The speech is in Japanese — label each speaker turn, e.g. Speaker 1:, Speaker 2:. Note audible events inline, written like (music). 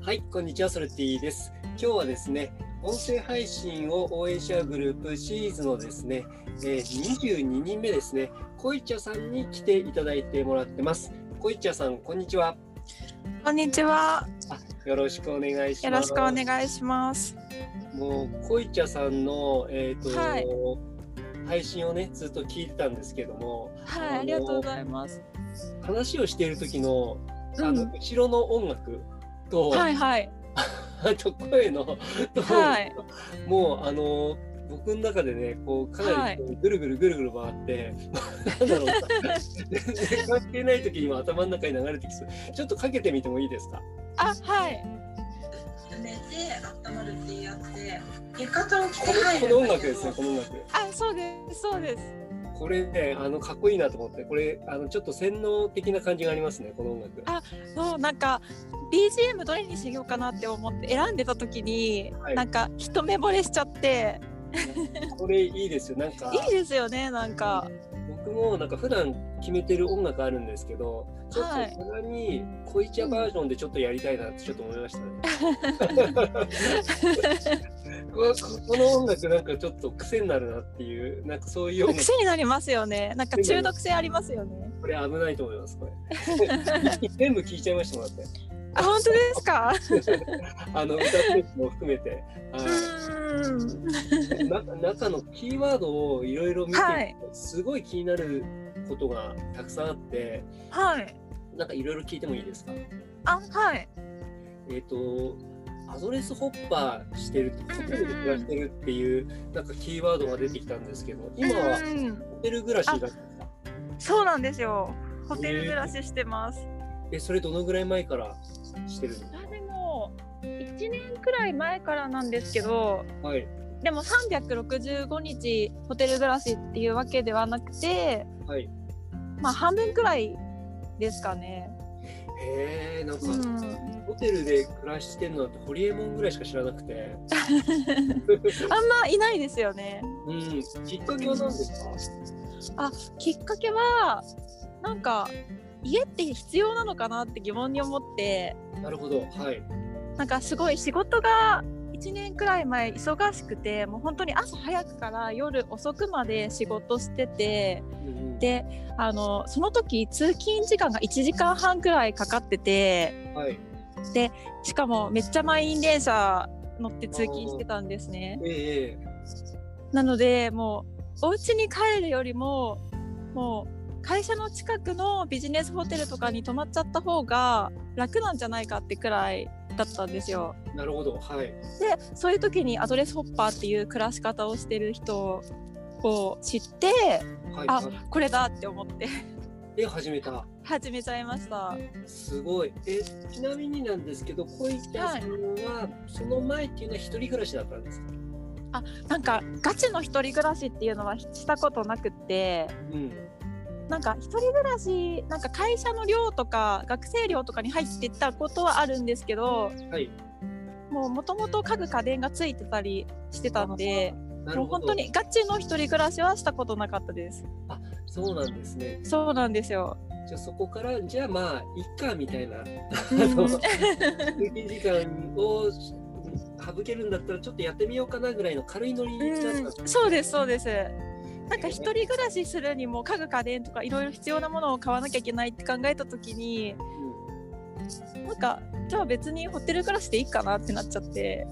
Speaker 1: はい、こんにちは、ソルティです。今日はですね、音声配信を応援し合うグループシリーズのですね、えー22人目ですね、こいちゃさんに来ていただいてもらってます。こいちゃさん、こんにちは。
Speaker 2: こんにちは。
Speaker 1: よろしくお願いし
Speaker 2: よ
Speaker 1: ま
Speaker 2: ろ
Speaker 1: す。
Speaker 2: しくお願いします。
Speaker 1: もう、こいちゃさんの、えっ、と、
Speaker 2: はい
Speaker 1: 配信をね、ずっと聞いてたんですけども、
Speaker 2: はい、ありがとうございます。
Speaker 1: 話をしている時の、あの、
Speaker 2: うん
Speaker 1: 後ろの音楽と、
Speaker 2: はいはい。
Speaker 1: あ (laughs) と声の、と
Speaker 2: はい
Speaker 1: もうあの僕の中でねこうかなりこうぐるぐるぐるぐる回って、なんだろう全然関係ない時にも頭の中に流れてきそうちょっとかけてみてもいいですか
Speaker 2: あ、はい。
Speaker 3: 寝て温まるっていうやつで浴衣を着て
Speaker 1: こ
Speaker 3: 入
Speaker 1: の
Speaker 3: る
Speaker 1: この音楽ですねこの音楽
Speaker 2: あ、そうです。そうです。
Speaker 1: これねあのかっこいいなと思ってこれあのちょっと洗脳的な感じがありますねこの音楽
Speaker 2: あそう、なんか。BGM どれにしようかなって思って選んでた時に、
Speaker 1: はい
Speaker 2: なんか一目惚れしちゃって
Speaker 1: これいいですよなんか
Speaker 2: いいですよねなんか
Speaker 1: 僕もなんか普段決めてる音楽あるんですけどちょっ
Speaker 2: はい
Speaker 1: とさらに小一夜バージョンでちょっとやりたいなってちょっと思いました
Speaker 2: (laughs)
Speaker 1: ね。こここの音楽なんかちょっと癖になるなっていうなんかそういう音楽
Speaker 2: 癖になりますよねなんか中毒性ありますよね
Speaker 1: これ危ないと思いますこれ全部聞いちゃいましたもんだって
Speaker 2: あ本当ですか
Speaker 1: あの歌ってるのも含めてあ
Speaker 2: うーん
Speaker 1: のな中のキーワードをいろいろ見て、
Speaker 2: はい
Speaker 1: すごい気になることがたくさんあって
Speaker 2: はい
Speaker 1: なんかいろいろ聞いてもいいですか
Speaker 2: あはい
Speaker 1: えっ、と、アドレスホッパーしてる、ホテルで暮らしてるっていう、なんかキーワードが出てきたんですけど、今は
Speaker 2: うん
Speaker 1: ホテル暮らしだった。
Speaker 2: そうなんですよホテル暮らししてます
Speaker 1: え、それどのぐらい前からしてる
Speaker 2: あでも1年くらい前からなんですけど
Speaker 1: のはい。
Speaker 2: でも365日ホテル暮らしっていうわけではなくて
Speaker 1: はい。
Speaker 2: まあ半分くらいですかね。
Speaker 1: へえ、なんか、
Speaker 2: うん
Speaker 1: ホテルで暮らしてるのだとホリエモンぐらいしか知らなくて。
Speaker 2: あんまいないですよね。
Speaker 1: うん。きっかけは何ですか
Speaker 2: きっかけはなんか家って必要なのかなって疑問に思って
Speaker 1: なるほど。はい。
Speaker 2: なんかすごい仕事が1年くらい前忙しくてもう本当に朝早くから夜遅くまで仕事してて
Speaker 1: うんうん、
Speaker 2: であのその時通勤時間が1時間半くらいかかってて
Speaker 1: はい。
Speaker 2: しかもめっちゃ満員電車乗って通勤してたんですね
Speaker 1: えええ
Speaker 2: なのでもうお家に帰るよりももう会社の近くのビジネスホテルとかに泊まっちゃった方が楽なんじゃないかってくらいだったんですよ
Speaker 1: えなるほど。はい。
Speaker 2: でそういう時にアドレスホッパーっていう暮らし方をしてる人を知って
Speaker 1: はい。
Speaker 2: あこれだって思って
Speaker 1: え、始めた。
Speaker 2: 始めちゃいました。
Speaker 1: すごい。え、ちなみになんですけど、小池さんは、その前っていうのは一人暮らしだったんですか。
Speaker 2: なんかガチの一人暮らしっていうのはしたことなくって
Speaker 1: うん。
Speaker 2: なんか一人暮らしなんか会社の寮とか学生寮とかに入っていったことはあるんですけど
Speaker 1: はい。
Speaker 2: もう元々家具家電がついてたりしてたんで
Speaker 1: なる
Speaker 2: もう
Speaker 1: ほ
Speaker 2: 本
Speaker 1: ど。
Speaker 2: 当にガチの一人暮らしはしたことなかったです
Speaker 1: そうなんですね。
Speaker 2: そうなんですよ、
Speaker 1: じゃあそこから、じゃあまあ、いっか、みたいな。
Speaker 2: うん
Speaker 1: 通勤時間を省けるんだったら、ちょっとやってみようかなぐらいの軽いノリだったんですね
Speaker 2: うんそうですそうですなんか一人暮らしするにも家具家電とかいろいろ必要なものを買わなきゃいけないって考えた時になんかじゃあ別にホテル暮らしでいいかなってなっちゃって